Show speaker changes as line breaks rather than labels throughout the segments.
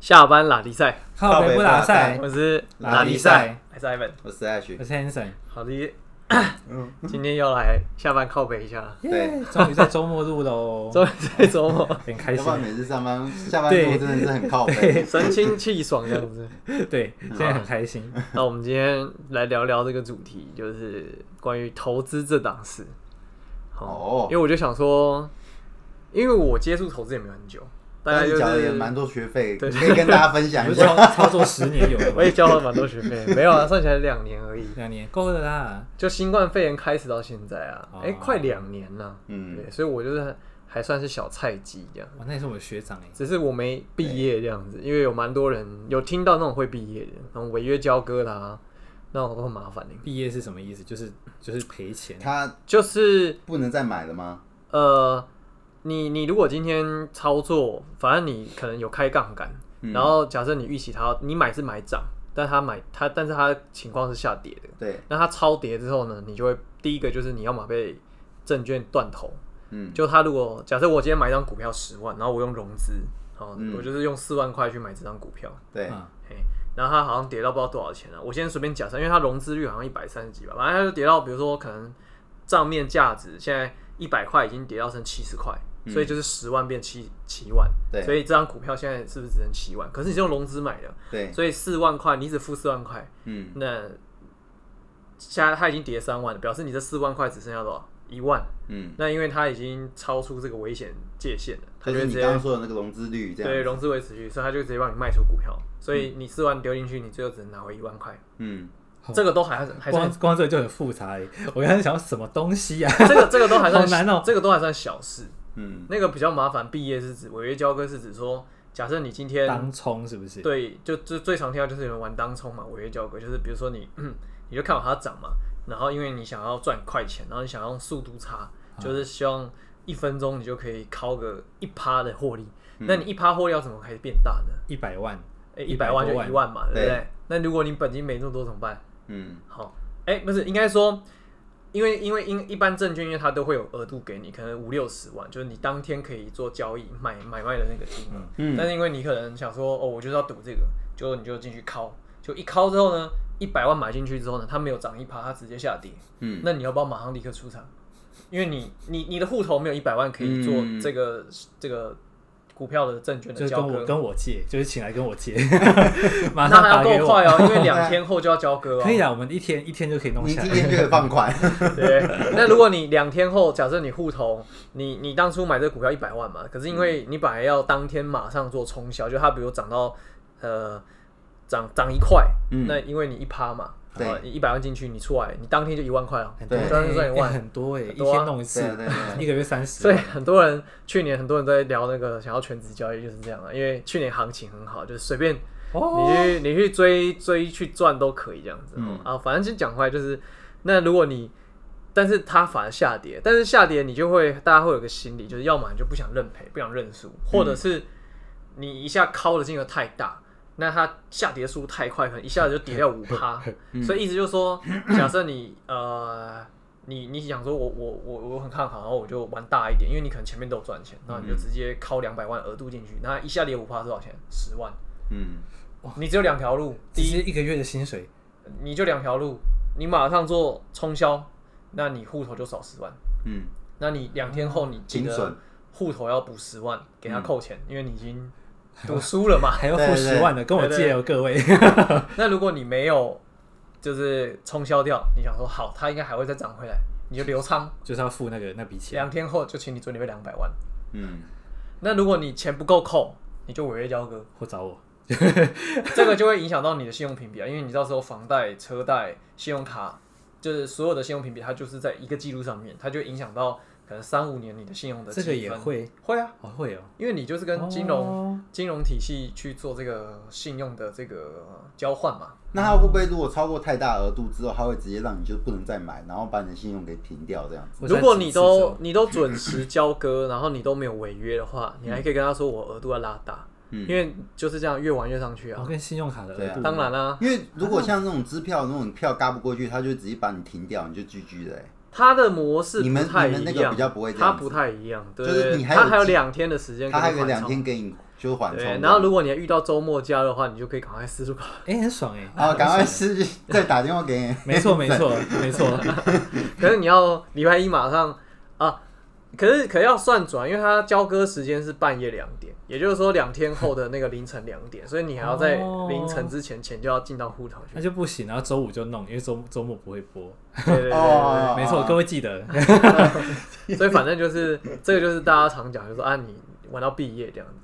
下班拉力赛，
靠北不打赛，
我是
拉力赛，
我是 Ivan，
我是 Ash，
我是 Hanson，
好的，
嗯
今天又来下班靠北一下，
耶，终于在周末录喽，
终于在 周末，
很开
要不
心
然，每次上班下班
对
路真的是很靠背。
神清气爽这样子。
对，现在很开心，
那我们今天来聊聊这个主题，就是关于投资这档事。
哦
因为我就想说，因为我接触投资也没有很久， 大概
但
就是
缴了也
是
蛮多学费，可
对
以跟大家分
我
享一
们
下。
操操作十年有了吧
我，也交了蛮多学费，没有啊，算起来两年而已。
两年够了啦，
就新冠肺炎开始到现在啊，哎、
哦
快两年了，
嗯
对，所以我就是还算是小菜鸡这样，
哇，那也是我的学长哎，
只是我没毕业这样子，因为有蛮多人有听到那种会毕业的，那种违约交割啦、那种都很麻烦的，
毕业是什么意思？就是就是赔钱，
他
就是
不能再买了吗？
呃，你你如果今天操作，反正你可能有开杠杆，
嗯
然后假设你预期它你买是买涨，但它买它但是它情况是下跌的，
对，
那它超跌之后呢，你就会第一个就是你要么被证券断头，
嗯，
就它如果假设我今天买一张股票十万，然后我用融资，哦，
嗯
我就是用四万块去买这张股票，
对，
嗯
嘿，然后它好像跌到不知道多少钱了、啊我先随便假设，因为它融资率好像一百三十几吧，反正它就跌到，比如说可能账面价值现在一百块已经跌到剩七十块，
嗯
所以就是十万变七七万，
对
所以这张股票现在是不是只剩七万？可是你是用融资买的，
对，
所以四万块你只付四万块，
嗯，
那现在它已经跌三万了，表示你这四万块只剩下多少？一万，
嗯，
那因为它已经超出这个危险界限了，它就
就
会
是
直
你
接
刚刚说的那个融资率这
对
样。
融资维持率，所以他就直接帮你卖出股票，所以你四万丢进去，你最后只能拿回一万块，
嗯，
哦
这个都还还
光
算，
光这个就很复杂哎，我刚才想要什么东西啊？
这个这个都还算
好难哦
这个都还算小事，
嗯，
那个比较麻烦。毕业是指违约交割，是指说，假设你今天
当冲是不是？
对就就最常听到就是有人玩当冲嘛，违约交割就是比如说你嗯你就看好它涨嘛，然后因为你想要赚快钱，然后你想要用速度差，就是希望一分钟你就可以靠个一趴的获利，那你一趴获利要怎么可以变大呢？
一百万，
一百万就一万嘛，对不
对
对？那如果你本金没那么多怎么办？
嗯，
好，哎，不是，应该说，因为因为因一般证券，因为它都会有额度给你，可能五六十万，就是你当天可以做交易买买卖的那个金额。
嗯
但是因为你可能想说，哦，我就是要赌这个，就你就进去敲，就一敲之后呢，一百万买进去之后呢，它没有涨一趴，它直接下跌。
嗯，
那你要不要马上立刻出场？因为你你你的户头没有一百万可以做
嗯
这个、这个股票的证券
就
的
是
交
跟
割
我。跟我借，就是请来跟我 借，马
那
上
还
打
要
给
够
我
快。哦，因为 两天后就要交割哦。
可以啊，我们一天一天就可以弄
你
下来
今。天就可以 放款。
对，那如果你两天后，假设你户头，你你当初买这个股票一百万嘛，可是因
嗯
为你本来要当天马上做冲销，就它比如涨到呃涨涨一块，
嗯
那因为你一趴嘛，
对
啊，你一百万进去，你出来，你当天就一万块了，
很多
对
当天赚一
欸
万。
很多哎，一
很多啊
天弄一次
对，对对，
一个月三十。
所以很多人去年很多人在聊那个想要全职交易就是这样啊，因为去年行情很好，就是随便你
哦，
去你去追追去赚都可以这样子、
嗯
啊。反正就讲回来就是，那如果你，但是它反而下跌，但是下跌你就会大家会有个心理，就是要么你就不想认赔，不想认输，或者是你一下敲的金额太大，那它下跌速度太快，可能一下子就跌掉五趴。所以意思就是说， 假设你呃。你你想说我，我我我很看好，然后我就玩大一点，因为你可能前面都有赚钱，然后你就直接敲两百万额度进去，那一下跌五趴多少钱？十万。
嗯，
你只有两条路，
只
第一
是一个月的薪水，
你就两条路，你马上做冲销，那你户头就少十万，
嗯，
那你两天后你记
精
得
准
户头要补十万，给他扣钱，因为你已经赌输了 嘛。
还要
对
付
对
十万的，跟我
对
借哦，各位。
那如果你没有就是冲销掉，你想说好，它应该还会再涨回来，你就留仓，
就是要付那个那笔钱。
两天后就请你准备两百万。
嗯，
那如果你钱不够扣，你就违约交割，
或找我，
这个就会影响到你的信用评比啊，因为你到时候房贷、车贷、信用卡，就是所有的信用评比，它就是在一个记录上面，它就会影响到可能三五年你的信用的
这个
积
也
分
会
会啊，
哦会哦，
因为你就是跟金融、
哦
金融体系去做这个信用的这个交换嘛。
那他会不会如果超过太大额度之后，他会直接让你就不能再买，然后把你的信用给停掉这样子？
我
如
才
果
几
你
次
都
走
你都准时交割，然后你都没有违约的话，你还可以跟他说我额度要拉大，
嗯
因为就是这样越玩越上去啊
哦。跟信用卡的
对
额
啊
度，
当然啦、
因为如果像那种支票那种票嘎不过去，他就直接把你停掉，你就 GG 了欸。
它的模式
你们
不太
你们
一
那个
样，
比较不会这
它
样子
不太一样，对
就是你还有
它还有
几
两天的时间，
他还有两天。给你就缓冲这
对，
样。
然后如果你遇到周末假的话，你就可以赶快四处搞，
哎、很爽哎、
啊，赶快是再打电话给你。
没错，没 错，没错。
可是你要礼拜一马上啊，可是可要算准，因为它交割时间是半夜两点，也就是说两天后的那个凌晨两点，所以你还要在
哦
凌晨之前钱就要进到户头 去
那。就不行，然后周五就弄，因为周周末不会播。
对对对对
哦
没错，各位记得，
对，所以反正就是这个就是大家常讲，就说啊你玩到毕业这样子，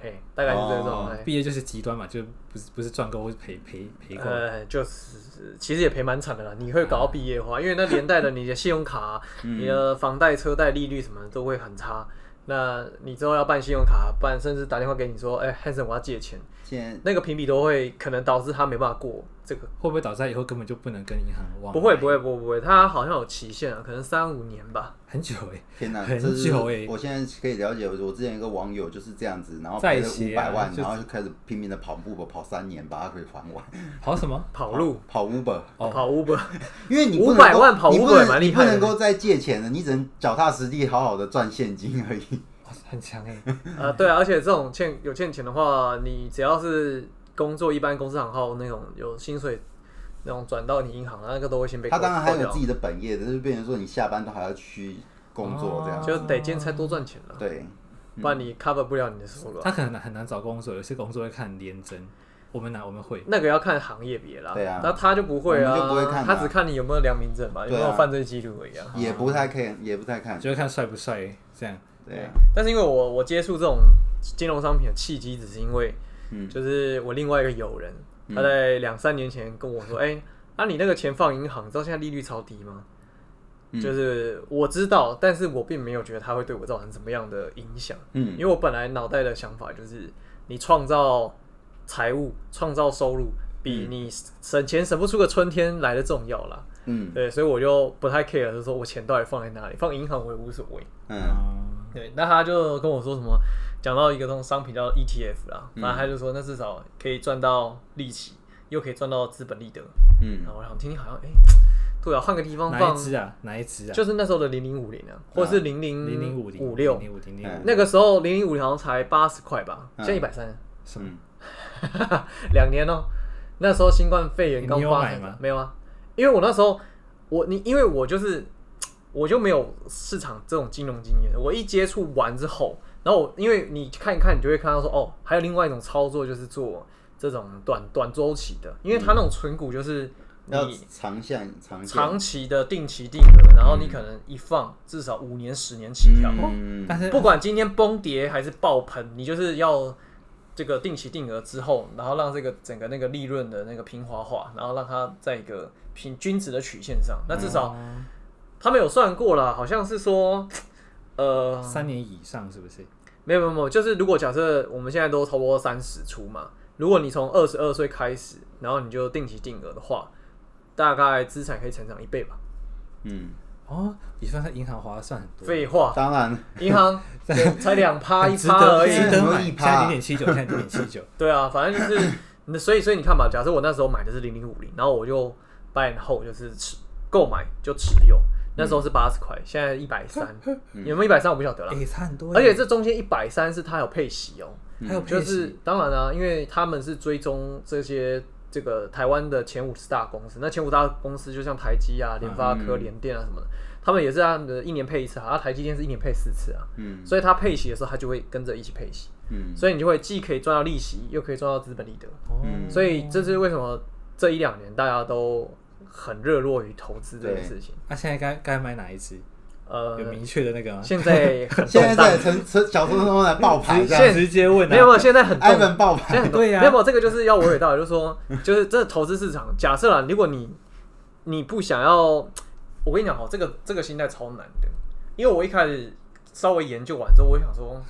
嘿，大概是这个
哦
状态。
毕业就是极端嘛，就不是不是赚够或是赔赔赔够。
呃，就是其实也赔蛮惨的啦。你会搞到毕业化，
嗯
因为那连带的你的信用卡啊、 你的房贷、车贷、利率什么的都会很差。那你之后要办信用卡，办甚至打电话给你说，哎、汉 h a n s o n 我要借钱，
先
那个评比都会可能导致他没办法过这个。
会不会导致他以后根本就不能跟银行
哦
往来？
不
哎
会不会不会不会，他好像有期限啊，可能三五年吧。
很久哎、
天哪，
很
这是
久欸
我现在可以了解，我之前一个网友就是这样子，然后
在
赔了
写
五
啊
百万，
就
然后就开始拼命的跑 Uber 跑三年，把它给还完。
跑什么？
跑路、
跑 Uber，
哦
跑 Uber，
因为你不能
500
够
万跑
你不
Uber
能
也蛮厉害的
你不能够再借钱了，你只能脚踏实地，好好的赚现金而已。
哇很强哎、
呃，对啊，而且这种欠有欠钱的话，你只要是工作一般公司行号那种有薪水那种转到你银行，啊那个都会先被
他当然还
扣掉
有自己的本业，但是变成说你下班都还要去工作这样。
就得兼差多赚钱了，
对，嗯
不然你 cover 不了你的收入啊。
他可能很难找工作，有些工作会看连征，我们哪我们会
那个要看行业别啦，
对啊
那他就不会啊，
我们就不会看啊
他只看你有没有良民证吧，有
对啊嗯
没有犯罪记录而已啊。
也不太看，也不太看。
就会看帅不帅这样。
对啊，
但是因为我我接触这种金融商品的契机，只是因为，
嗯
就是我另外一个友人，他在两三年前跟我说，哎、那、你那个钱放银行，你知道现在利率超低吗？
嗯
就是我知道，但是我并没有觉得它会对我造成什么样的影响。
嗯
因为我本来脑袋的想法就是，你创造财务、创造收入，
嗯
比你省钱省不出个春天来的重要啦。
嗯
对，所以我就不太 care，就是说我钱到底放在哪里，放银行我也无所谓。
嗯
对，那他就跟我说什么，讲到一个东商品叫 ETF 啦，
嗯
反正他就说那至少可以赚到利息，又可以赚到资本利得。
嗯
然后我想听听好像，哎、对啊，换个地方
哪
放
一，支啊？哪一支啊？
就是那时候的零零五零啊，或是零零
零零五零
五六，哎
零五零零
嗯
那个时候零零五零好像才八十块吧，
嗯
现在一百三，
什
嗯
么？
两年哦、那时候新冠肺炎刚
你有
发
买
生
吗，
没有啊？因为我那时候我你因为我就是我就没有市场这种金融经验，我一接触完之后，然后我因为你看一看，你就会看到说哦，还有另外一种操作就是做这种短短周期的，因为它那种存股就是
嗯
要
你
长线长线
长期的定期定额，然后
嗯
你可能一放至少五年十年起跳。
嗯
但 是
不管今天崩跌还是爆盆，你就是要这个定期定额之后，然后让这个整个那个利润的那个平滑化，然后让它在一个平均值的曲线上。那至少他们有算过了，好像是说，呃，
三年以上是不是？
没有没有没有，就是如果假设我们现在都差不多三十出嘛，如果你从二十二岁开始，然后你就定期定额的话，大概资产可以成长一倍吧。
嗯，
哦，你算在银行划算很多，
废话，
当然
银行才两趴
很
一
值
趴
得，
而已，
值得
有
买。
一
现
趴
在零点七九，现在零点七 九，
对啊，反正就是那，所以所以你看吧，假设我那时候买的是零零五零，然后我就 buy and hold 就是持购买就持有，那时候是八十块，现在一百三，有没有一百三我不晓得啦。
哎，差很多耶。
而且这中间一百三是它有配息哦，
还有
就
配
是
息，
当然啦、因为他们是追踪这些这个台湾的前五十大公司，那前五大公司就像台积啊、联发科、联电啊什么的，他们也是按的一年配一次啊，啊台积电是一年配四次啊，
嗯
所以它配息的时候，它就会跟着一起配息，
嗯
所以你就会既可以赚到利息，又可以赚到资本利得。
哦
嗯
所以这是为什么这一两年大家都很热络于投资这件事情。
啊那现在该该买哪一支？
呃
有，明确的那个吗？
现 在很
现在
动荡
在，成成小说中来爆牌这
现
样，
直接问
没有没
啊，
有，现在很
艾
动荡，
文爆
现在
牌，
很动荡。
对呀
没有没有，这个就是要娓娓道来，就是说，就是这投资市场，假设啦，如果你你不想要，我跟你讲哦，这个这个心态超难的，因为我一开始稍微研究完之后，我就想 说。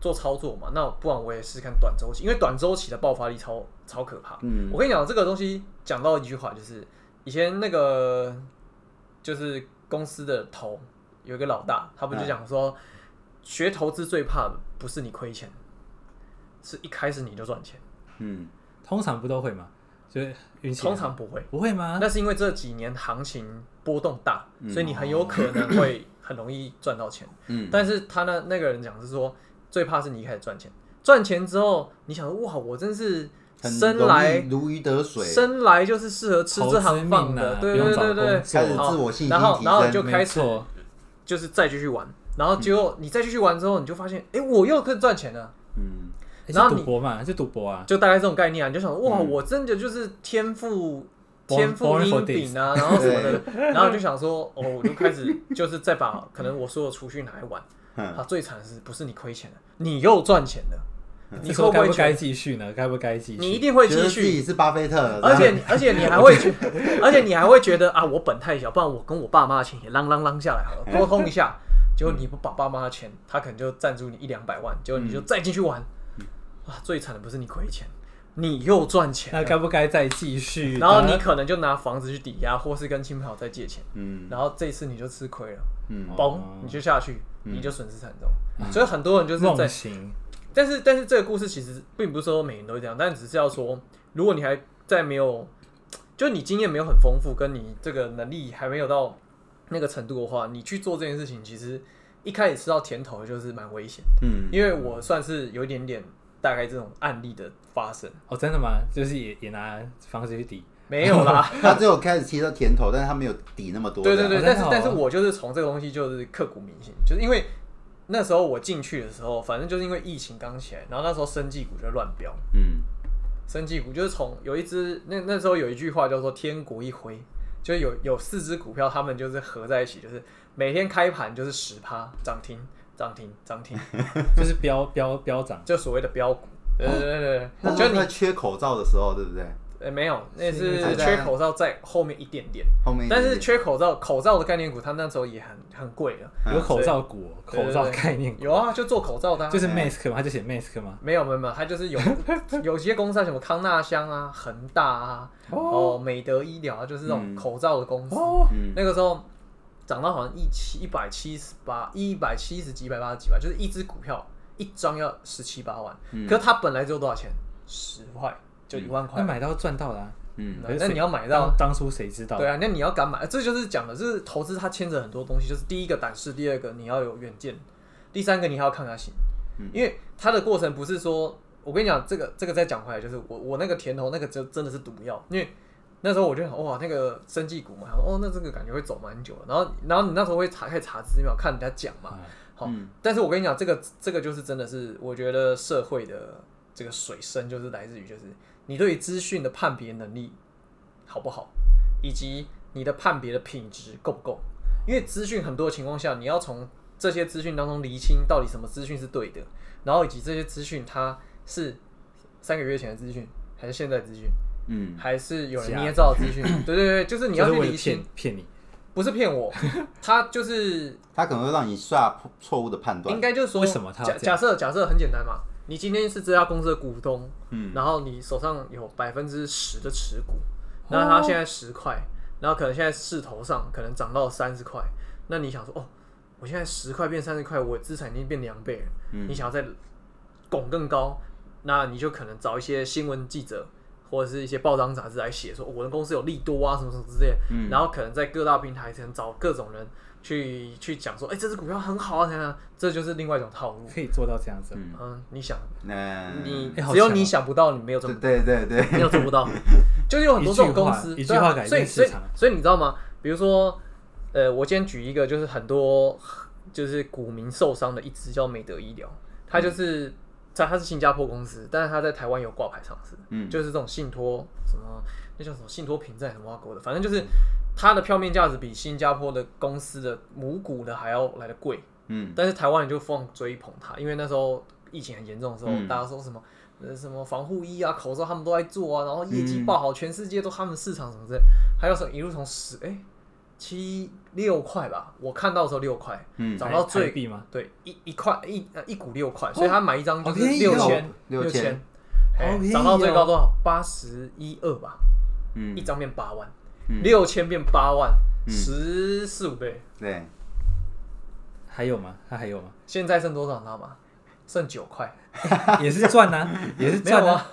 做操作嘛，那不然我也试试看短周期，因为短周期的爆发力超超可怕。
嗯
我跟你讲，这个东西讲到一句话，就是以前那个就是公司的头有一个老大，他
嗯
不就讲说，学投资最怕的不是你亏钱，是一开始你就赚钱，
嗯
通常不都会吗？就是运气啊
啊
通常不会。
不会吗？
那是因为这几年行情波动大，所以你很有可能会很容易赚到钱。
嗯
但是他呢，那个人讲是说，最怕是你一开始赚钱，赚钱之后，你想哇，我真是
很
生
容易
来
如鱼得水，
生来就是适合吃这行饭
投资命
的，
啊
对
不用
对
找
对对，
工作
开始
好
自我信心
然后
提
然后你
升
就开始
没错
就是再继续玩，然后结果你再继续玩之后，你就发现，哎，我又可以赚钱了，
嗯，
欸
然后
就
你
赌博嘛，就赌博啊，
就大概这种概念啊，你就想哇，
嗯
我真的就是天赋。
Born-
天赋
born for
英禀啊，然后什么的，然后就想说，哦，我就开始就是再把可能我所有储蓄拿来玩，
哼
啊，最惨的是不是你亏钱了，你又赚钱了，你
这时
会
候
不
该
会
不
觉
该
得？
继续呢？该不该继续？
你一定会
嗯觉得
继
自
续，
己是巴菲特，
而且
然后
你而且你还会觉，而且你还会觉得啊，我本太小，不然我跟我爸妈的钱也啷啷啷下来好了，
嗯
沟通一下。结果你不把爸妈的钱，他可能就赞助你一两百万，结果你就再进去玩。
嗯
啊，最惨的不是你亏钱，你又赚钱
那
了，
该不该再继续呢？
然后你可能就拿房子去抵押，或是跟亲朋好友再借钱，
嗯
然后这一次你就吃亏了，
嗯，
嘣
哦，嗯
你就下去，你就损失惨重。所以很多人就是在
梦醒，
但是但是这个故事其实并不是说每个人都这样，但只是要说，如果你还在没有，就你经验没有很丰富，跟你这个能力还没有到那个程度的话，你去做这件事情，其实一开始吃到甜头就是蛮危险。
嗯，
因为我算是有一点点大概这种案例的发生，
哦，真的吗？就是也也拿房子 去抵，
没有 啦。
他最后开始切到甜头，但是他没有抵那么多，
对对对，
哦
但
真
是
好啊
但是我就是从这个东西就是刻骨铭心，就是因为那时候我进去的时候，反正就是因为疫情刚起来，然后那时候生技股就乱飙。
嗯，
生技股，就是从有一只那那时候有一句话叫做“天国一挥”，就是有有四只股票，它们就是合在一起，就是每天开盘就是十趴涨停、涨停、涨停，
就是标标标涨，
就所谓的标股。对对对对
那
对，就
就
你
在缺口罩的时候，对不对？
呃没有，那
是
是缺口罩在后面一点点，
后面一
但是
点
缺口罩口罩的概念股，它那时候也很很贵了。
嗯
有口罩股
啊
哦、
对对
口罩概念股，
有啊，就做口罩的、啊，
就是 mask 嘛，他就写 mask 嘛，
没有没有没有，它 就是有有些公司啊，什么康纳香啊、恒大啊、
哦
哦美德医疗啊，就是这种
嗯
口罩的公司。
哦，
嗯，
那个时候涨到好像一七一百七十八、一百七十几、一百八十几吧，就是一只股票一张要十七八万，
嗯
可是它本来只有多少钱？十块，就一万块。
那买到赚到啦、
嗯
那
可是
那
谁
你要买到
当，当初谁知道？
对啊，那你要敢买，这就是讲的，就是投资它牵扯很多东西，就是第一个胆识，第二个你要有远见，第三个你还要抗压性，
嗯
因为它的过程不是说，我跟你讲，这个这个再讲回来，就是我我那个甜头那个真真的是毒药，因为那时候我就想，哇，那个生技股嘛，然后哦，那这个感觉会走蛮久的，然后然后你那时候会查开始查资料，看人家讲嘛，
啊，
好，
嗯
但是我跟你讲，这个这个就是真的是，我觉得社会的这个水深就是来自于就是你对于资讯的判别能力好不好，以及你的判别的品质够不够。因为资讯很多情况下，你要从这些资讯当中厘清到底什么资讯是对的，然后以及这些资讯它是三个月前的资讯，还是现在的资讯，
嗯，
还是有
假
人
的
捏造的资讯？对对对，就是你要
就
去
是为了
厘清
骗，骗你，
不是骗我，他就是
他可能会让你下错误的判断
应，该就是说，
为什么他要
假
这样
假设假设很简单嘛，你今天是这家公司的股东，
嗯
然后你手上有百分之十的持股，
哦
那它现在十块，然后可能现在市头上可能涨到三十块，那你想说哦，我现在十块变三十块，我资产已经变两倍了，
嗯
你想要再拱更高，那你就可能找一些新闻记者。或者是一些报章杂志来写说、哦我的公司有利多啊，什么什么之类的，
嗯
然后可能在各大平台可能找各种人去去讲说，哎、这只股票很好啊，怎样啊，这就是另外一种套路。
可以做到这样子，
嗯
嗯，你想，
嗯，
你
哎好
只有
强
你
哦
想不到，你没有这么
对对对
没
对，
有做不 到，就是有很多这种公司，
一句
对
话
啊
一句话改变
所以
市
所以
场
所以你知道吗？比如说，呃，我今天举一个，就是很多就是股民受伤的一支叫美德医疗，它就是
嗯
在它是新加坡公司，但是它在台湾有挂牌上市，
嗯
就是这种信托什么那叫什么信托凭证什么挂钩的，反正
嗯
就是它的票面价值比新加坡的公司的母股的还要来的贵，
嗯
但是台湾人就放追捧他，因为那时候疫情很严重的时候，
嗯
大家说什么呃什么防护衣啊、口罩，他们都在做啊，然后业绩爆好，全世界都他们市场什么之类，还有什么一路从十哎七六块吧，我看到的时候六块，
嗯
涨到
台
最
台币吗？
对一一块一呃一股六块，所以他买一张就是
哦好便宜哦
六千
六
千
千，
哎
好便宜哦
涨到最高多少？八十一二吧，
嗯
一张变八万，
嗯
六千变八万，
嗯
十四五倍。
对，
还有吗？他还有吗？
现在剩多少你知道吗？剩九块。
也是赚啊，也 是
没有
赚啊，
啊，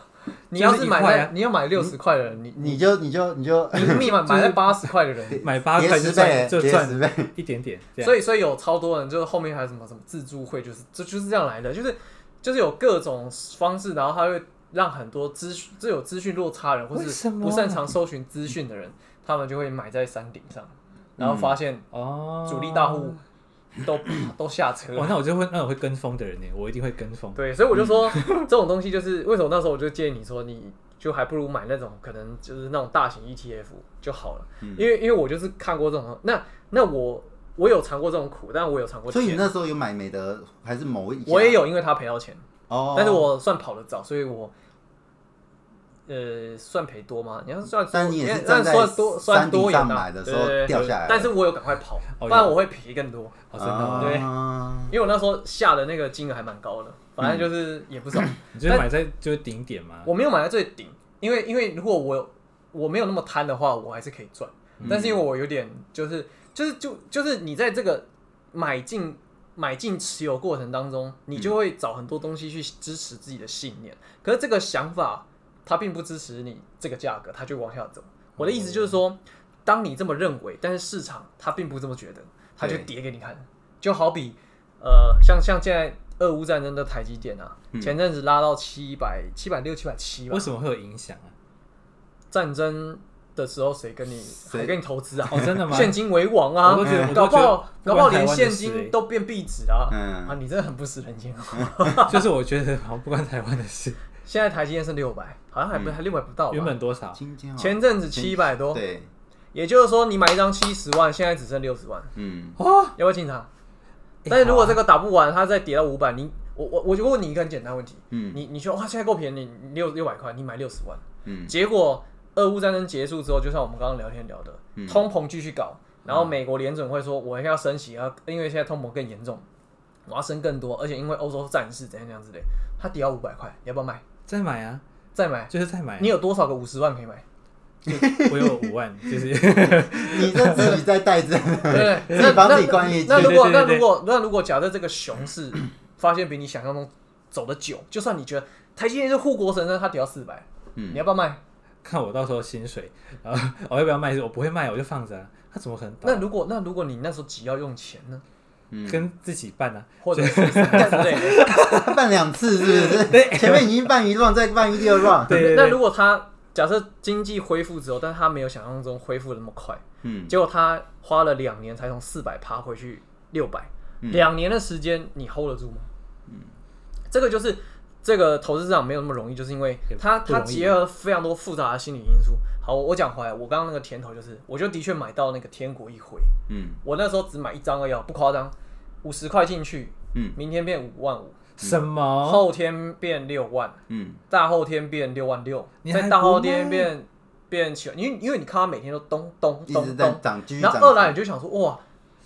你要是买
就是一块
在
啊
你要买六十块的人，你
你就你就你就
你密 码买在八十块的人，
买八
叠
块
十
就
倍，
赚就
叠
赚
十倍，
一点点，这样
所以所以有超多人就是后面还有什么什么自助会，就是这就是这样来的，就是就是有各种方式，然后他会让很多资讯，这有资讯落差的人，或
为
是
什么啊
不擅长搜寻资讯的人，他们就会买在山顶上，然后发现
嗯哦，
主力大户都、都下 车
哇，
了。
那我就会，那我会跟风的人呢，我一定会跟风。
对，所以我就说，嗯 这种东西就是为什么那时候我就建议你说，你就还不如买那种可能就是那种大型 ETF 就好了，因为因为我就是看过这种，那那我我有尝过这种苦，但我有尝过
所以你
甜，
那时候有买美的还是某一家？
我也有因为它赔到钱，
哦，
但是我算跑得早，所以我。呃，算赔多吗？你要算多，
但你也是
你
站
看
在
算多算
山
多
顶
也
上
拿
买的时
对
候
对对
掉下来了
但是我有赶快跑，不
哦
然我会赔更多。
哦，真的哦，
对
啊
因为我那时候下的那个金额还蛮高的，反正就是也不少。
你就是买在就是顶点嘛。
我没有买在最顶，因为因为如果我我没有那么贪的话，我还是可以赚。但是因为我有点就是就是就就是你在这个买进买进持有过程当中，你就会找很多东西去支持自己的信念。可是这个想法它并不支持你这个价格，它就往下走。我的意思就是说，当你这么认为，但是市场它并不这么觉得，它就
对
跌给你看。就好比呃，像像现在俄乌战争的台积电啊，前阵子拉到七百七百六七百七吧
嗯为。什么会有影响啊？
战争的时候谁跟你
谁
谁跟你投资啊？
哦，真的 吗？
现金为王啊！
我都觉得，我
搞
都
不好
觉得
搞不好连
台湾的
现
事
金
欸
都变壁纸啊！
嗯
啊，你真的很不食人间。
就是我觉得好像不关台湾的事。
现在台积电是六百，好像还不还六百不到吧。
嗯原本嗯 多少？
今天好
前阵子七百多，
哦对，
也就是说你买一张七十万，现在只剩六十万，
嗯，
哦，
要不要进场？
哎
但是如果这
个
个打不完，它再跌到五百，你我我我就问你一个很简单问题，
嗯
你你说哇现在够便宜，你六六百块，你买六十万，
嗯
结果俄乌战争结束之后，就像我们刚刚聊天聊的，
嗯
通膨继续搞，然后美国联准会说我要升息，要因为现在通膨更严重，我要升更多，而且因为欧洲战事怎样怎样之类，它跌到五百块，你要不要买？
再买啊，
再买？
就是再买啊。
你有多少个五十万可以买？
我有五万，就是
你这自己在 带着，
对不对，那
你帮
那
自己关一
那
句
如果
对
那
对对
如果那如果假设这个熊市发现比你想象中走的久，就算你觉得台积电是护国神山，它跌到四百，
嗯
你要不要卖？
看我到时候薪水，然后我要不要卖？我不会卖，我就放着啊。他怎么可能倒？
那如果那如果你那时候急要用钱呢，
嗯
跟自己办啊？
或者是什么之类的？
办两次是不是？ 前面已经办一 round，再办一二 round。
对对对
那如果他假设经济恢复之后，但是他没有想象中恢复的那么快，
嗯
结果他花了两年才从四百爬回去六百、0两
嗯
年的时间你 hold 得住吗？嗯，这个就是这个投资市场没有那么容易，就是因为
也
它
不
它
容易
结合了非常多复杂的心理因素。好，我我讲回来，我刚刚那个甜头就是，我就的确买到那个天国一回，
嗯
我那时候只买一张而已哦，不夸张，五十块进去，
嗯
明天变五万五，
什
哦
么？
后天变六万，
嗯
大后天变六万六，
你还
在大后天
不卖
变变起来，因为因为你看它每天都咚咚
一直
咚
在
咚，
涨，继续
然
涨。
后二来你就想说哇，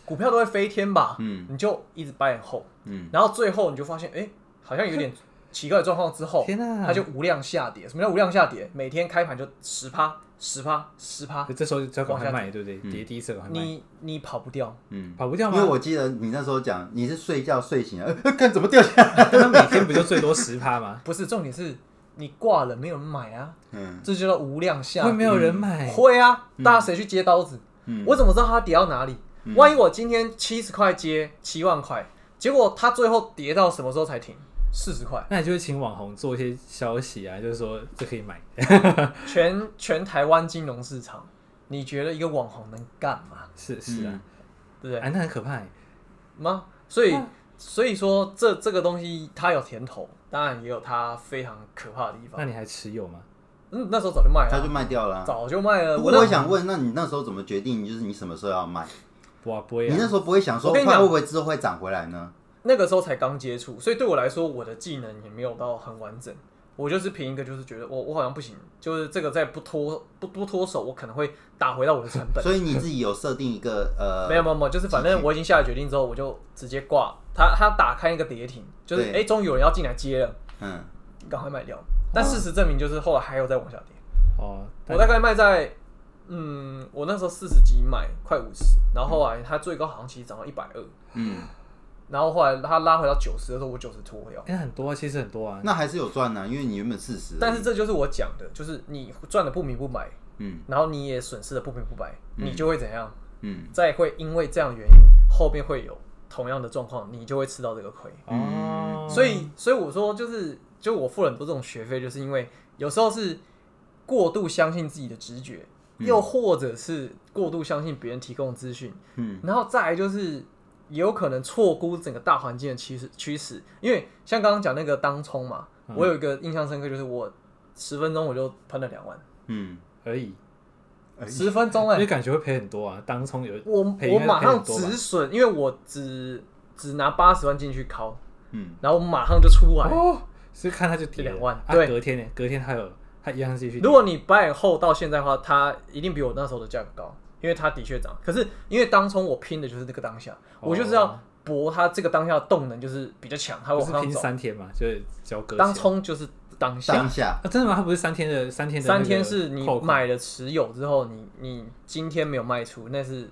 股票都会飞天吧，
嗯
你就一直 buy and hold，
嗯
然后最后你就发现哎、诶好像有点奇怪的状况之后，
天哪
啊
它就无量下跌。什么叫无量下跌？每天开盘就十趴、十趴、十趴，
这时候就要赶
往
快
下嗯
卖，对不对？跌第一次赶快卖，
你你跑不掉。
嗯，
跑不掉
因
吗？
为我记得你那时候讲你是睡觉睡醒了，呃 看怎么掉下 来。
但他每天不就最多十趴吗？
不是重点是你挂了没有人买啊，
嗯
这就叫无量下跌。
会没有人买？
会啊，大家谁去接刀子？
哎嗯
我怎么知道它跌到哪里？万一我今天七十块接七万块，结果它最后跌到什么时候才停？四十块，
那你就是请网红做一些消息啊，就是说这可以买，
全全台湾金融市场，你觉得一个网红能干嘛？
是是啊，
嗯对不对？
哎，那很可怕欸。
吗？所以所以说这这个东西它有甜头，当然也有它非常可怕的地方
那。你还持有吗？
嗯，那时候早就卖
哎他就
了，
卖掉了啊。
早就卖了。
不
我
过
那
我想问，那你那时候怎么决定？就是你什么时候要卖？
哇，不会
你那
啊
时，候不会想说，
我跟你
怕
讲
会不会之后会涨回来呢？
那个时候才刚接触，所以对我来说，我的技能也没有到很完整。我就是凭一个，就是觉得我我好像不行，就是这个再不脱不不脱手，我可能会打回到我的成 本。
所以你自己有设定一个呃，
没有没有没有，就是反正我已经下了决定之后，我就直接挂他，他打开一个跌停，就是
对
哎，终于有人要进来接了，
嗯
赶快卖掉。但事实证明，就是后来还有再往下跌。
哦，
我大概卖在，嗯，我那时候四十几买，快五十，然后后来它最高好像其实涨到一百二，
嗯，
然后后来它拉回到九十的时候，我九十脱掉。
哎，那很多啊，其实很多啊。
那还是有赚呢、因为你原本四十，
但是这就是我讲的，就是你赚的不明不白，
嗯
然后你也损失的不明不白，你就会怎样？
嗯
再会因为这样的原因，后面会有同样的状况，你就会吃到这个亏。
哦，
嗯所以，所以我说，就是就我付了很多这种学费，就是因为有时候是过度相信自己的直觉，又或者是过度相信别人提供的资讯，
嗯，
然后再来就是也有可能错估整个大环境的趋势趋势，因为像刚刚讲那个当冲嘛，
嗯
我有一个印象深刻，就是我十分钟我就喷了两万，
嗯，
而已，
哎
十分钟哎、
因为感觉会赔很多啊。当冲有
我
赔
我
应该是
马
赔很
上
多吧
止损，因为我只只拿八十万进去敲，
嗯，
然后我马上就出来。
哦，是看他就跌了
两万
啊
对
隔天呢，隔天他有他一样继续跌。
如果你八点后到现在的话，它一定比我那时候的价格高，因为它的确涨。可是因为当冲我拼的就是这个当下，
哦
我就知道博它这个当下的动能就是比较强，它会往
不是
上
拼
走。
三天嘛，就是交割
当
钱
冲就是当下
当，下，
啊，真的吗？他不是三天的三天的那
三
个
天是你
扣款哦
买了持有之后，你你今天没有卖出，那是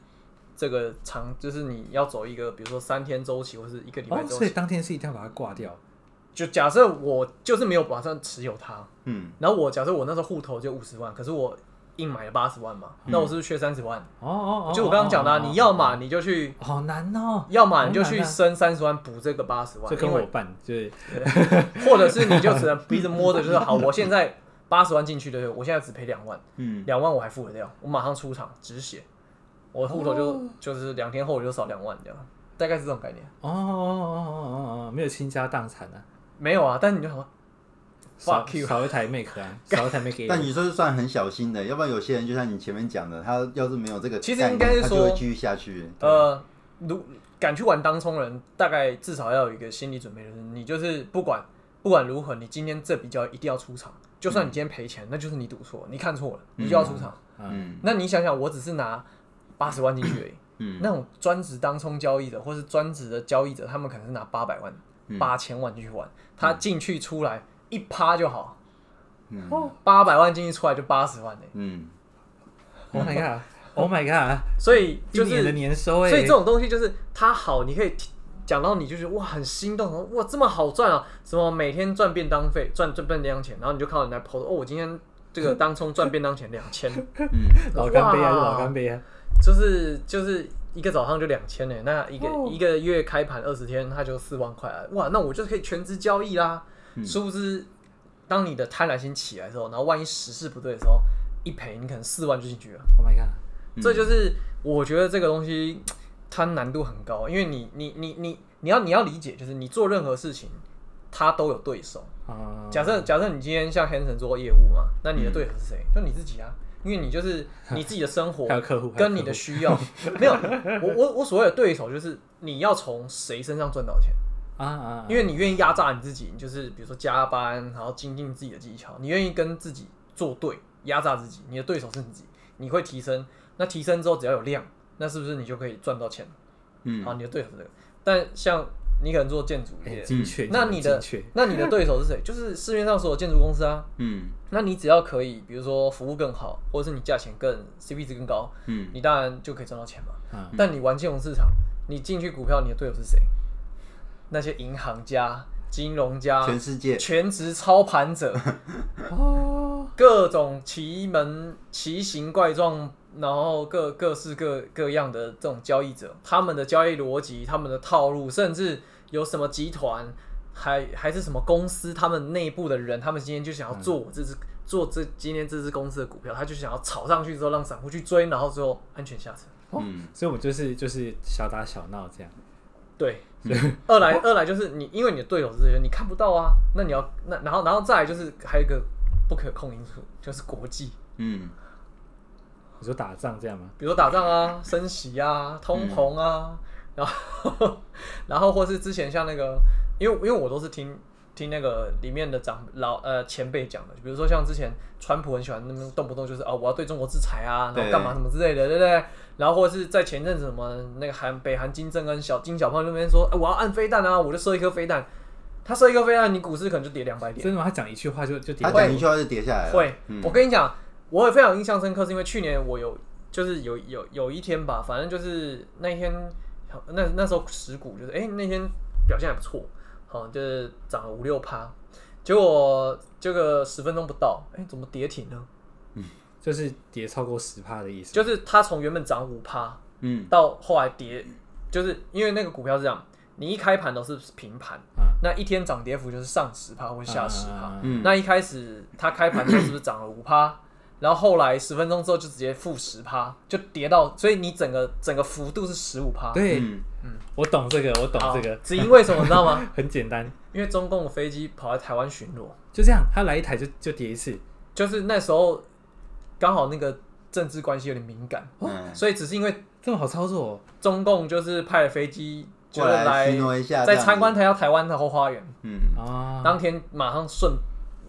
这个长，就是你要走一个，比如说三天周期或是一个礼拜
哦，
周
所以
期。
当天是一定要把它挂掉。
就假设我就是没有打算持有它，
嗯，
然后我假设我那时候户头就五十万，可是我硬买了八十万嘛，那我是不是缺三十万？
哦嗯哦，哦
就我刚刚讲的啊、
哦哦
你要嘛你就去，
好难哦，
要么你就
好
去
难啊
升三十万补这个八十万
这，跟
啊因
我
为
办就是
或者是你就只能 逼着摸着，就是好，我现在八十万进去对不对？我现在只赔两万，
嗯，
两万我还付得掉，我马上出场止血，我户头就就是两天后我就少两万这样，大概是这种概念。
哦哦哦哦哦哦，没有倾家荡产啊，
没有啊，但是你就想说
少
Fuck you
少一台 Mac 啊，少一台 Mac，
但你说是算很小心的，要不然有些人就像你前面讲的，他要是没有这个概念，
其实应该是
他
说
就会继续下去，
呃，如敢去玩当冲人，大概至少要有一个心理准备，就是你就是不管不管如何，你今天这笔交易一定要出场，就算你今天赔钱，那就是你赌错，你看错了，你就要出场。
嗯
那你想想，我只是拿八十万进去而已，
嗯
那种专职当冲交易者或是专职的交易者，他们可能是拿八百万、八千万进去玩，他进去出来一趴就好，
嗯
八百万进去出来就八十万呢、
嗯，
，Oh my god，Oh my god，
所以就
一年的
是，
年收哎，
所以这种东西就是它好，你可以提讲到你就是哇很心动，哇这么好赚啊，什么每天赚便当费，赚赚便当钱，然后你就看到人家 PO 哦，我今天这个当冲赚便当钱两千，
老干杯啊，
哇
老干杯啊，
就是就是一个早上就两千呢，那一个、
哦
一个月开盘二十天，它就四万块啊，哇，那我就可以全职交易啦。殊不知，当你的贪婪心起来的时候，然后万一时势不对的时候，一赔你可能四万就进去了。
，Oh my god，
嗯
这就是我觉得这个东西它难度很高，因为你你你你你要你要理解，就是你做任何事情，它都有对手。
啊，
假设假设你今天像 Hanson 做业务嘛，那你的对手是谁？就你自己啊，因为你就是你自己的生 活
还有客户还有
跟你的需要没有。我我我所谓的对手就是你要从谁身上赚到钱，
啊啊，
因为你愿意压榨你自己，你就是比如说加班，然后精进自己的技巧，你愿意跟自己作对，压榨自己。你的对手是你自己，你会提升，那提升之后只要有量，那是不是你就可以赚到钱？
嗯
好，你的对手是这个。但像你可能做建筑
哎
业，
精确，
那你的
精确
那你的对手是谁？就是市面上所有建筑公司啊。
嗯
那你只要可以，比如说服务更好，或者是你价钱更 CP 值更高，
嗯
你当然就可以赚到钱嘛。
嗯
但你玩金融市场，你进去股票，你的对手是谁？那些银行家、金融家、
全世界，
全职操盘 者，
哦，
各种奇门奇形怪状，然后各各式各各样的这种交易者，他们的交易逻辑、他们的套路，甚至有什么集团，还还是什么公司，他们内部的人，他们今天就想要做
嗯
我这只、做这今天这只公司的股票，他就想要炒上去之后让散户去追，然后最后安全下车。
嗯
所以我们就是就是小打小闹这样，
对，二来二来就是你，因为你的队友是这些，你看不到啊，那你要那然后然后再来就是还有一个不可控因素，就是国际。
嗯
你说打仗这样吗？
比如说打仗啊、升息啊、通膨啊，然后 然后或是之前像那个，因为因为我都是听听那个里面的长老呃前辈讲的，比如说像之前川普很喜欢那么动不动就是啊、我要对中国制裁啊，然后
对
干嘛什么之类的，对不对？然后或者是在前阵子什么那个韩北韩金正恩小金小胖那边说、哎我要按飞弹啊，我就射一颗飞弹，他射一颗飞弹，你股市可能就跌两百点。
真的吗？他讲一句话就就跌
他讲一句话就跌下来了，
会，
嗯
我跟你讲，我也非常印象深刻，是因为去年我有就是有有有一天吧，反正就是那一天，那那时候持股就是哎、诶那天表现还不错，好、就是涨了五六趴，结果这个十分钟不到，哎、怎么跌停呢？
就是跌超过十帕的意思。
就是它从原本涨五趴
嗯
到后来跌就是因为那个股票是这样，你一开盘都是平盘，
嗯
那一天涨跌幅就是上十趴或下十趴。
嗯
嗯
那一开始它开盘的时候是不是涨了五 趴？然后后来十分钟之后就直接负十趴，就跌到，所以你整个整个幅度是十五趴。
对，
嗯，
我懂这个，我懂
好，
这个，
只因为什么你知道吗？
很简单，
因为中共的飞机跑来台湾巡逻，
就这样，他来一台就就叠一次，
就是那时候刚好那个政治关系有点敏感，
嗯
所以只是因为
这么好操作哦、
中共就是派了飞机，就是
过来巡逻一下，
在参观，台到台湾的后花园，
嗯，
啊，
当天马上顺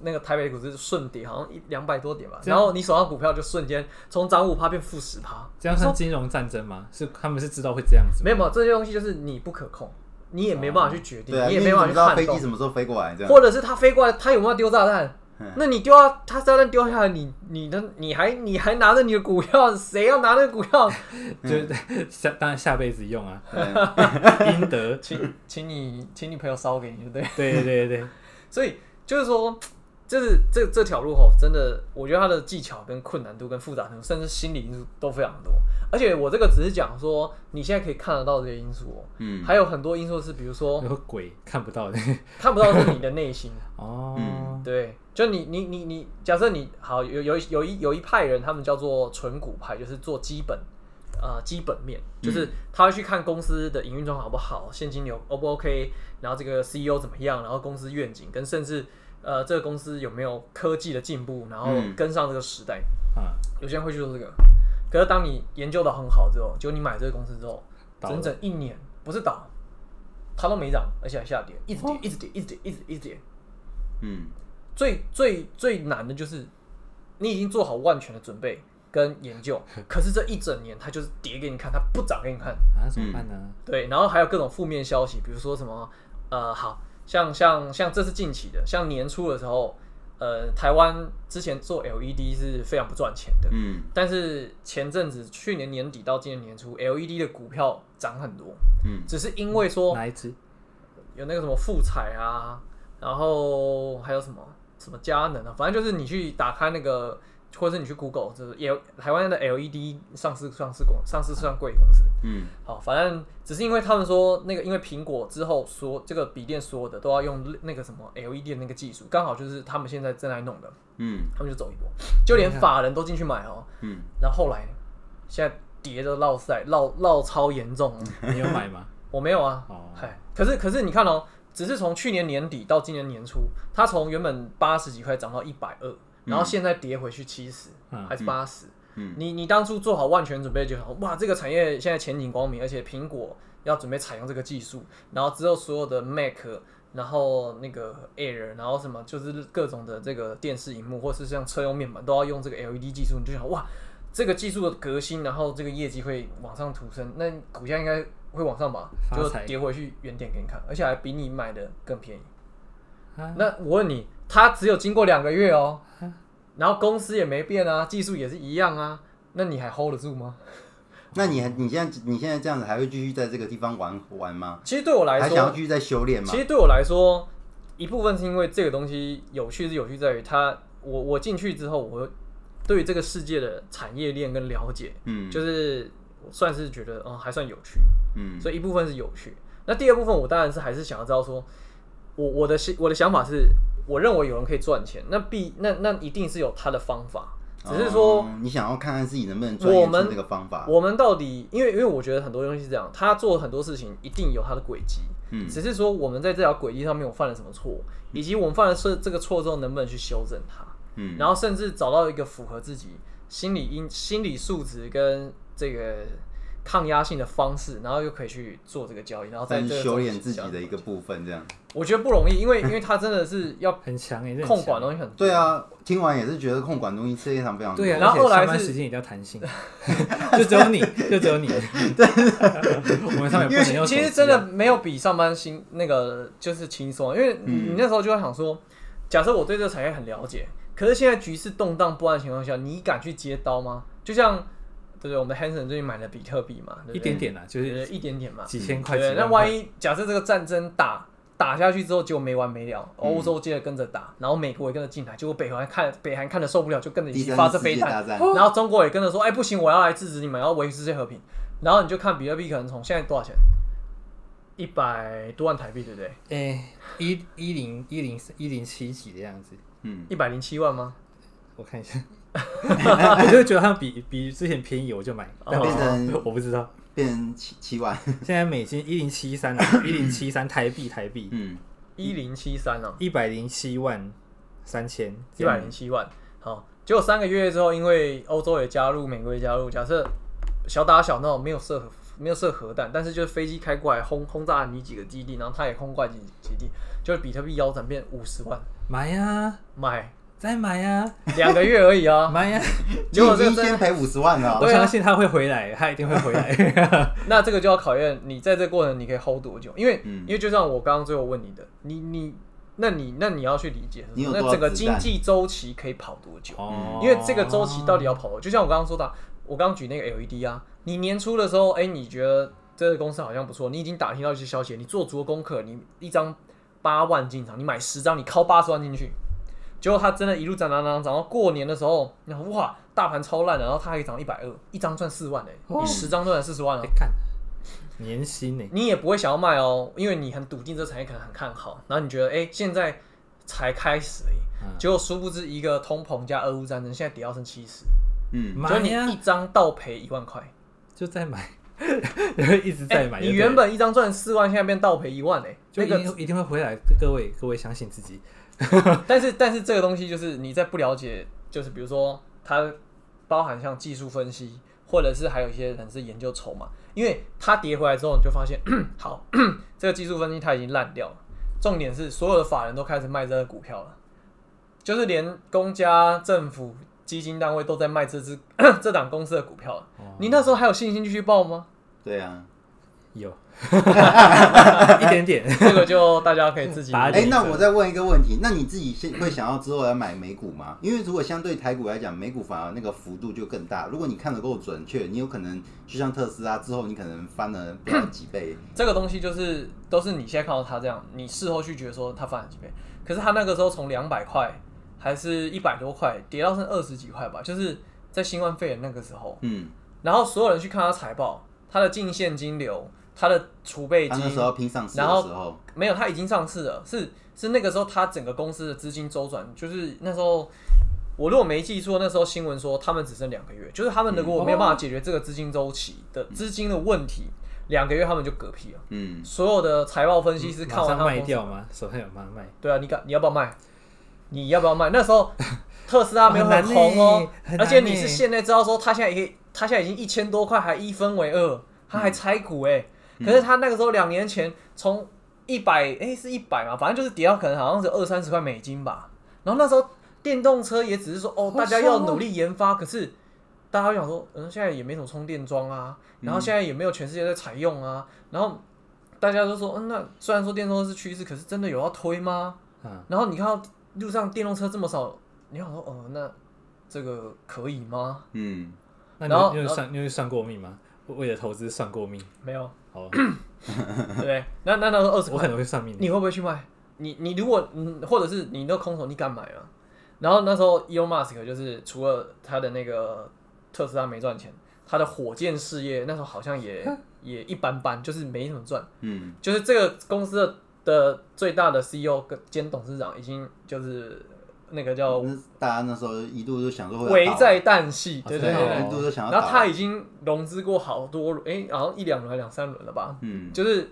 那个台北股市顺跌，好像一两百多点吧，
这样
然后你手上股票就瞬间从涨五趴变负十趴，
这样算金融战争吗？是他们是知道会这样子吗？
没有没有这些东西就是你不可控，你也没办法去决定，
对啊，
你
因
也
为
没办法去
你不知道
撼
飞机
动，
什么时候飞过来，这样，
或者是他飞过来，他有没有丢炸弹
嗯？
那你丢啊，他炸弹丢下来，你你的你还你还拿着你的股票，谁要拿那个股票？
就 下当然下辈子 用啊，
对
应得，
请请你请你朋友烧给你，对不对？
对对对，
所以就是说，就是这这条路吼，真的，我觉得它的技巧跟困难度跟复杂程度，甚至心理因素都非常多。而且我这个只是讲说，你现在可以看得到这些因素哦，
嗯，
还有很多因素是，比如说
然后鬼看不到的，
看不到的是你的内心，
哦，
嗯
对，就你你你你，假设你好有有一有一有一派人，他们叫做纯股派，就是做基本。呃，基本面
嗯
就是他会去看公司的营运状况好不好，现金流 O 不 OK，然后这
嗯
个 CEO 怎么样，然后公司愿景跟甚至呃这个公司有没有科技的进步，然后
嗯
跟上这个时代。
啊，
有些人会去做这个，可是当你研究的很好之后，结果你买这个公司之后，
倒了
整整一年不是倒，它都没涨，而且还下跌，一直
哦
跌，一直跌，一直跌，一直一直跌。
嗯，
最最最难的就是你已经做好万全的准备跟研究，可是这一整年它就是跌给你看，它不涨给你看。
啊怎么办呢？
对，然后还有各种负面消息，比如说什么呃，好像像像这是近期的，像年初的时候，呃，台湾之前做 LED 是非常不赚钱的，
嗯，
但是前阵子去年年底到今年年初，LED 的股票涨很多，
嗯，
只是因为说
哪一只？
有那个什么富彩啊，然后还有什么什么佳能啊，反正就是你去打开那个，或者是你去 Google，就是 L 台湾的 LED 上市上市公上市上柜公司，
嗯，
好，反正只是因为他们说那个，因为苹果之后说这个笔电所有的都要用那个什么 LED 的那个技术，刚好就是他们现在正在弄的，
嗯，
他们就走一波，就连法人都进去买哦、
嗯，
然后后来呢，现在跌的落塞落落超严重哦，
你有买吗？
我没有啊
哦，
嗨、可是可是你看哦，只是从去年年底到今年年初，它从原本八十几块涨到一百二，然后现在跌回去七十、
嗯
还是八十、
嗯
你你当初做好万全准备就好，哇，这个产业现在前景光明，而且苹果要准备采用这个技术，然后之后所有的 Mac，然后那个 Air，然后什么就是各种的这个电视荧幕，或是像车用面板都要用这个 LED 技术，你就想哇，这个技术的革新，然后这个业绩会往上突升，那股价应该会往上吧？
发
就
财
跌回去原点给你看，而且还比你买的更便宜。
啊，
那我问你，它只有经过两个月哦，然后公司也没变啊，技术也是一样啊，那你还 hold 得住吗？
那你还你现在你现在这样子还会继续在这个地方玩玩吗？
其实对我来
还
说，
想要继续再修炼吗
其？实对我来说，一部分是因为这个东西有趣是有趣在于它，我我进去之后，我对于这个世界的产业链跟了解，
嗯，
就是算是觉得嗯还算有趣，
嗯，
所以一部分是有趣。那第二部分我当然是还是想要知道说，我我的想我的想法是，我认为有人可以赚钱，那必那那一定是有他的方法，只是说。
哦你想要看看自己能不能钻研
我们
出这个方法，
我们到底，因为因为我觉得很多东西是这样，他做很多事情一定有他的轨迹，
嗯
只是说我们在这条轨迹上面我犯了什么错，以及我们犯了这这个错之后能不能去修正它，
嗯，
然后甚至找到一个符合自己心理因心理素质跟这个抗压性的方式，然后又可以去做这个交易，然后再
算
这
是
个
修
东西
炼自己
交易
的一个，部分，这样。
我觉得不容易，因为因为他真的是 要
很强欸耶，这很
控管哦的
强
东西很多，
对啊，听完也是觉得控管东西非常非常多
对啊，
然后
而且
后来
上班
是
时间一定要 弹性，就只有你，就只有你， 我们上面不
因为
能
其
用手机啊。
其实真的没有比上班心那个就是轻松，因为你你那时候就会想说，假设我对这个产业很了解，可是现在局势动荡不安的情况下，你敢去接刀吗？就像对不对？我们 Hanson 最近买了比特币嘛，对不对
一点点啦，就
对
是
对一点点嘛，
几千块。
对
几
不对。那万
万块
一假设这个战争打打下去之后，结果没完没了，欧洲接着跟着打，然后美国也跟着进来，结果北韩看北韩看的受不了，就跟着一
第
起
三
发射
次世
飞
界
弹哦
大，战，
然后中国也跟着说，哎、不行，我要来制止你们，要维持世界和平。然后你就看比特币可能从现在多少钱，一百多万台币，对不对？
诶，哎一一零一零一零七几的样子，
嗯，
一百零七万吗？
我看一下， 我就觉得他们比比之前便宜，我就买，
哦
但我
变成
我不知道，
变成七七万，
现在美金一零七三，啊一零七三台币台币
嗯，
一零七三啊，
一百零七万三千，
一百零七万。好，结果三个月之后，因为欧洲也加入，美国也加入，假设小打小闹，没有射没有射核弹，但是就是飞机开过来轰轰炸你几个基地，然后他也轰过来几基地，就是比特币腰斩变五十万，
买呀、
买
再买呀、
两个月而已啊。
买呀、
结果这个
你已经
真
先赔五十万了
我
对
哦，
啊
相信他会回来，他一定会回来。
那这个就要考验你在这个过程你可以 hold 多久，因为、
嗯
因为就像我刚刚最后问你的，你你那你那你要去理解是什么
你有多
那
少
整个
子
经
弹
济周期可以跑多久？
哦
因为这个周期到底要跑多久，就像我刚刚说的啊，我刚刚举那个 LED 啊，你年初的时候，哎、你觉得这个公司好像不错，你已经打听到一些消息，你做足了功课，你一张八万进场，你买十张，你靠八十万进去。结果它真的一路涨涨涨涨，到过年的时候，你看哇，大盘超烂的，然后它还涨一百二，一张赚四万嘞、
哦
你十张赚四十万啊
哎，看年薪呢、
你也不会想要卖哦，因为你很笃定这产业可能很看好，然后你觉得哎、诶现在才开始而已，
嗯
结果殊不知一个通膨加俄乌战争，现在跌到剩七十，
嗯，
所
买
以你
呀、
一张倒赔一 万块，
就再买， 然后一直在
诶
买就对了、
哎你原本一张赚四万，现在变倒赔一万哎、
就
那
一
个，
定一定会回来，各位各位相信自己。
但是但是这个东西就是你在不了解，就是比如说它包含像技术分析，或者是还有一些人是研究筹码，因为它跌回来之后，你就发现 好，这个技术分析它已经烂掉了。重点是所有的法人都开始卖这个股票了，就是连公家、政府、基金单位都在卖这只 这档公司的股票了。
哦
你那时候还有信心继续报吗？
对啊，
有一点点，
这个就大家可以自 己
把它
哎、
点
那
着
我再问一个问题，那你自己先会想要之后要买美股吗？因为如果相对台股来讲，美股反而那个幅度就更大。如果你看得够准确，你有可能就像特斯拉之后，你可能翻了不知道几 倍。
这个东西就是都是你现在看到它这样，你事后去觉得说它翻了几倍，可是它那个时候从两百块还是一百多块跌到剩二十几块吧，就是在新冠肺炎那个时候，
嗯，
然后所有人去看它财报，它的净现金流、它的储备
他
金
那时候拼上市的
然后
时候，
没有，它已经上市了，是是那个时候它整个公司的资金周转，就是那时候。我如果没记错，那时候新闻说他们只剩两个月，就是他们如果没有办法解决这个资金周期的资金的问题，两个月他们就嗝屁了。
嗯，
所有的财报分析师看
嗯马
完
上
他
卖
们公司，
掉吗？手上有马上卖，
对啊，你敢你要不要卖？你要不要卖？那时候特斯拉没有
很
很
难
红哦
呢，很
而且
难欸
你是
呢
现在知道说他现在已经他现在已经一千多块，还一分为二，他
嗯
还拆股哎、可是他那个时候两年前从一百哎是一百嘛，反正就是跌到可能好像是二三十块美金吧。然后那时候电动车也只是说哦，
好
大家要
爽哦
努力研发，可是大家会想说，嗯，现在也没什么充电桩啊，
嗯
然后现在也没有全世界在采用啊，然后大家都说，嗯，那虽然说电动车是趋势，可是真的有要推吗？
嗯，
然后你看到路上电动车这么少，你想说，哦、那这个可以吗？
嗯，
那
然后
你你有
然后
算你有算过命吗？为了投资算过 命，
没有，
好，
对不对？那那那时候二十
我
块
可，能会算命。
你会不会去卖？你你如果嗯，或者是你那空手，你敢买吗？然后那时候 Elon Musk 就是除了他的那个特斯拉没赚钱，他的火箭事业那时候好像 也也一般般，就是没怎么赚。
嗯，
就是这个公司的的最大的 CEO 跟兼董事长已经就是那个叫
那大家那时候一度就想说会
危
要倒
哦在旦夕，
啊
对对
对
真的
对
啊，
哦
一度就想要
然后他
倒。
已经融资过好多轮，诶，好像一两轮、还两三轮了吧？
嗯，
就是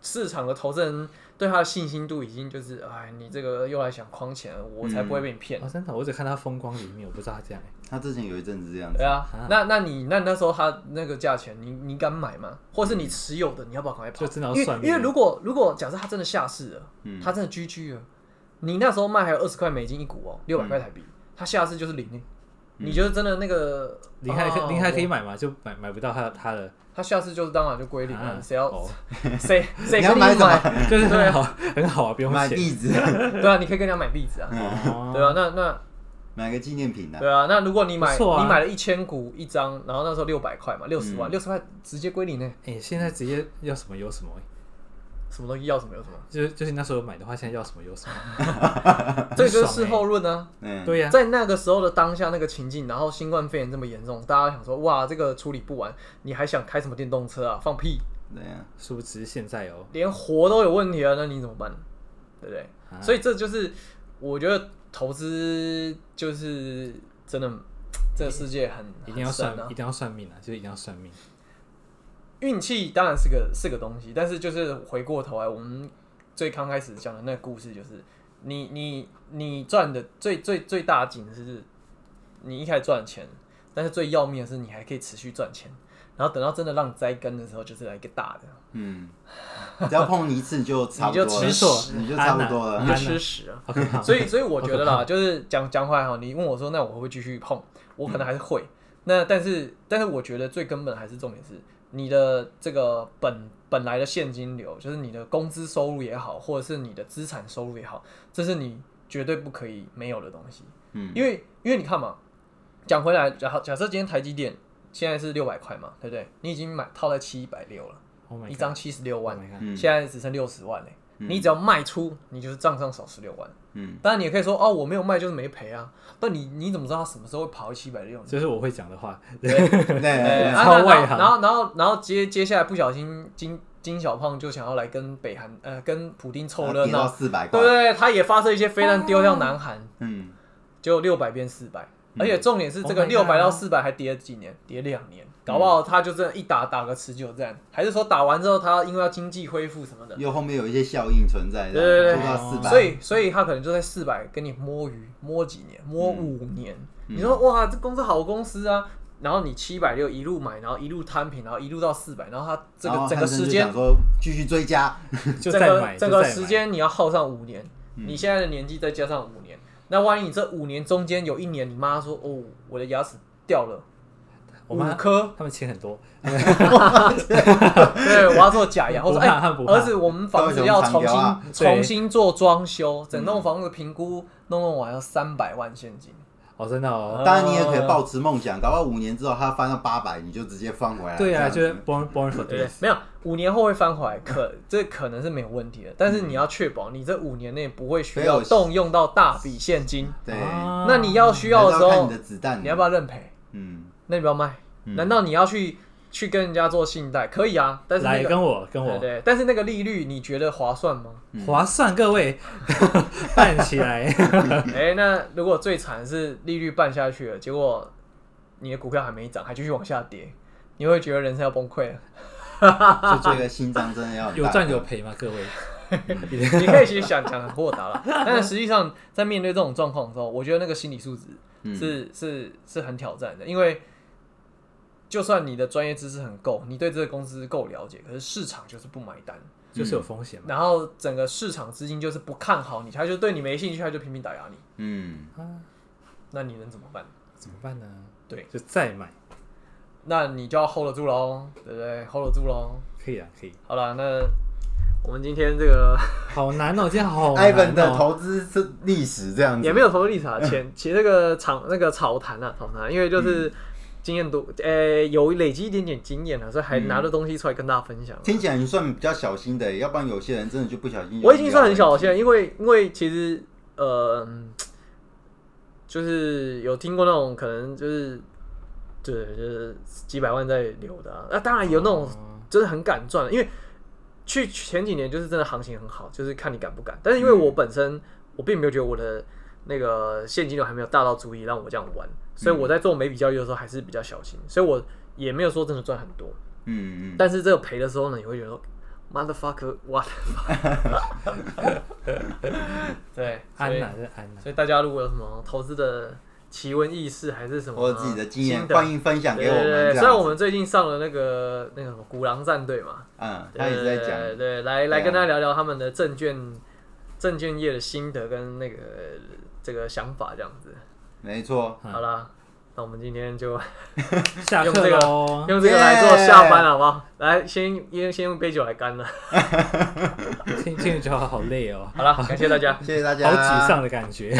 市场的投资人对他的信心度已经就是，哎，你这个又来想诓钱，我才不会被你
嗯
骗。
哦，真的，我只看他风光里面，我不知道他这样。欸
哦
他之前有一阵子这样子。
对啊
啊，
那那你那那时候他那个价钱，你你敢买吗？或是你持有的，你要不要赶快跑？
就真的要
因
算
为
命
因为如果如果假设他真的下市了，
嗯
他真的 GG 了，你那时候卖还有二十块美金一股哦，六百块台
嗯
币，他下市就是零，你觉得真的那个
林海可
啊
林海可以
我
买吗？就买买不到他他的，
他下市就是当然就归零
啊
了，谁要
哦
谁谁
你
跟
要买什么
买？
就是 很好很好啊，不用
买
钱。
地址，
对啊，你可以跟人家买币子啊，
哦
对啊，那那
买个纪念品啊。
对啊，那如果你买
不错啊
你买了一千股一张，然后那时候六百块嘛，六十
嗯
万，六十块直接归零呢，
哎，现在直接要什么有什么，欸
什么东西要什么有 什么。
就是就是那时候买的话，现在要什么有 什么。
这个就是
很爽
欸
事后论啊，
嗯，
对呀，
在那个时候的当下那个情境，然后新冠肺炎这么严重，大家想说哇，这个处理不完，你还想开什么电动车啊？放屁！
对呀、
殊不知现在哦有
连活都有问题了，那你怎么办？对不对？
啊
所以这就是我觉得投资就是真的，这个世界很
一定要算
很深啊，
一定要算命啊，就是一定要算 命。
运气当然是个是个东西，但是就是回过头来，我们最刚开始讲的那个故事，就是你你你赚的最最最大的景是，你一开始赚钱，但是最要命的是你还可以持续赚钱，然后等到真的让你栽根的时候，就是来一个大的，
嗯，只要碰你一次就差不多了，
你就吃屎
你就差不多了
你。就吃屎啊！所以所以 我觉得啦，就是讲讲回来哈，你问我说那我会不会继续碰？我
嗯
可能还是会。那但是但是我觉得最根本还是重点是你的这个本本来的现金流，就是你的工资收入也好，或者是你的资产收入也好，这是你绝对不可以没有的东西。
嗯，
因为因为你看嘛，讲回来，然后假设今天台积电现在是六百块嘛，对不对？你已经买套在七百六了，
Oh my
一
god！
张七十六万
Oh my，god
嗯
现在只剩六十万嘞、
嗯
你只要卖出，你就是账上少十六万。
嗯，
当然，你也可以说哦，我没有卖就是没赔啊。但你你怎么知道它什么时候会跑到七百六呢？
这是我会讲的话，
对对
哎
对
啊
超
那
外行
然后然后然后接接下来不小心金金小胖就想要来跟北韩呃跟普丁凑热
啊跌到
闹，
四百
啊对
块
不，对？他也发射一些飞弹丢向南韩，
嗯，
结果六百变四百。而且重点是，这
Oh
个
my
六
god
百到四百还跌了几年，跌两年，搞不
嗯
好他就真的一打打个持久战，还是说打完之后他因为要经济恢复什么的，
又后面有一些效应存在，
对对对
做到四百，
所以，所以他可能就在四百跟你摸鱼，摸几年，摸五年。
嗯
你说哇，这公司好公司啊，然后你七百六一路买，然后一路摊平，然后一路到四百，然后他这
然
个
后
整个
汉森
时
就
间
想，说继续追加，
就
整
再
个
买，
整
就
个
再买
时间你要耗上五年，
嗯
你现在的年纪再加上五年，那万一你这五年中间有一年，你妈说哦，我的牙齿掉了
我
五
妈
颗，
他们钱很多，
对，我要做假 牙。我说，
不
哎、
怕他不怕
儿子，我们房子要重新、
他为什么砍
掉啊对
重新做装修，整栋房子评估弄弄完要三百万现金。
哦，真的哦，
嗯
当然你也可以抱持梦想，搞到五年之后它翻到八百，你就直接放回来。
对啊，就
这
是
样子
born born for
对
this，，
没有五年后会翻回来，可这可能是没有问题的，但
嗯
是你要确保你这五年内不会需
没
要
有
动用到大笔现金。
对，
啊
那你要需要的时
还是看
候
你，的子弹，
你要不要认赔？
嗯，
那你不要卖？
嗯
难道你要去去跟人家做信贷？可以啊，但是那
来
个
跟我跟
对
我
对，但是那个利率你觉得划算吗？
嗯
划算，各位 办 起来，
哎、那如果最惨是利率办下去了，结果你的股票还没涨，还继续往下跌，你会觉得人生要崩溃了。
就这个心脏真的要很
有
大
赚有赔嘛， 各位，
嗯
你可以其实想讲很豁达了，但是实际上在面对这种状况的时候，我觉得那个心理素质
嗯
是、是是很挑战的，因为就算你的专业知识很够，你对这个公司够了解，可是市场就是不买单，
就是有风险嘛，
然后整个市场资金就是不看好你，他就对你没兴趣，他就拼命打压你，
嗯，
啊，
那你能怎么办？
怎么办呢？
对，
就再买，
那你就要 hold 得住喽，对不对？hold 得住喽。
可以啊，可以，
好了，那我们今天这个
好难哦，今天好难
i v a n 的
哦，
投资是历史这样子，
也没有投资立场，啊前其实这个场那个草谈啊，草谈，因为就是经验多，呃、有累积一点点经验了，啊所以还拿着东西出来跟大家分享。啊
听起来你算比较小心的，要不然有些人真的就不小心。
我已经算很小了，现在，因为因为其实呃，嗯就是有听过那种可能就是对，就是几百万在流的、啊，那、当然有那种
哦
真的很敢赚的，因为去前几年就是真的行情很好，就是看你敢不敢。但是因为我本身、我并没有觉得我的那个现金流还没有大到足以让我这样玩，所以我在做每笔交易的时候还是比较小心，所以我也没有说真的赚很多。
嗯嗯，
但是这个赔的时候呢，你会觉得说 motherfucker what？对，所
安
以
娜是安娜，
所以大家如果有什么投资的奇闻异事还是什么
我有自己的经验
啊心，得
欢迎分享给我
对对
们。
对，
这
虽然
样
我
子，
们最近上了那个那个什么鼓狼战队嘛，
嗯，
对
他一直在
对
讲，
对，来
对
来
啊
跟大家聊聊他们的证券证券业的心得跟那个这个想法这样子。
没错，
嗯
好啦，那我们今天就
下
用这
课
个
喽，
用这个来做
Yeah
下班好不好？来，先先先用杯酒来干了。
听听着就好好累哦，
好了，感谢大家。
谢谢大
好
家，
沮丧的感觉。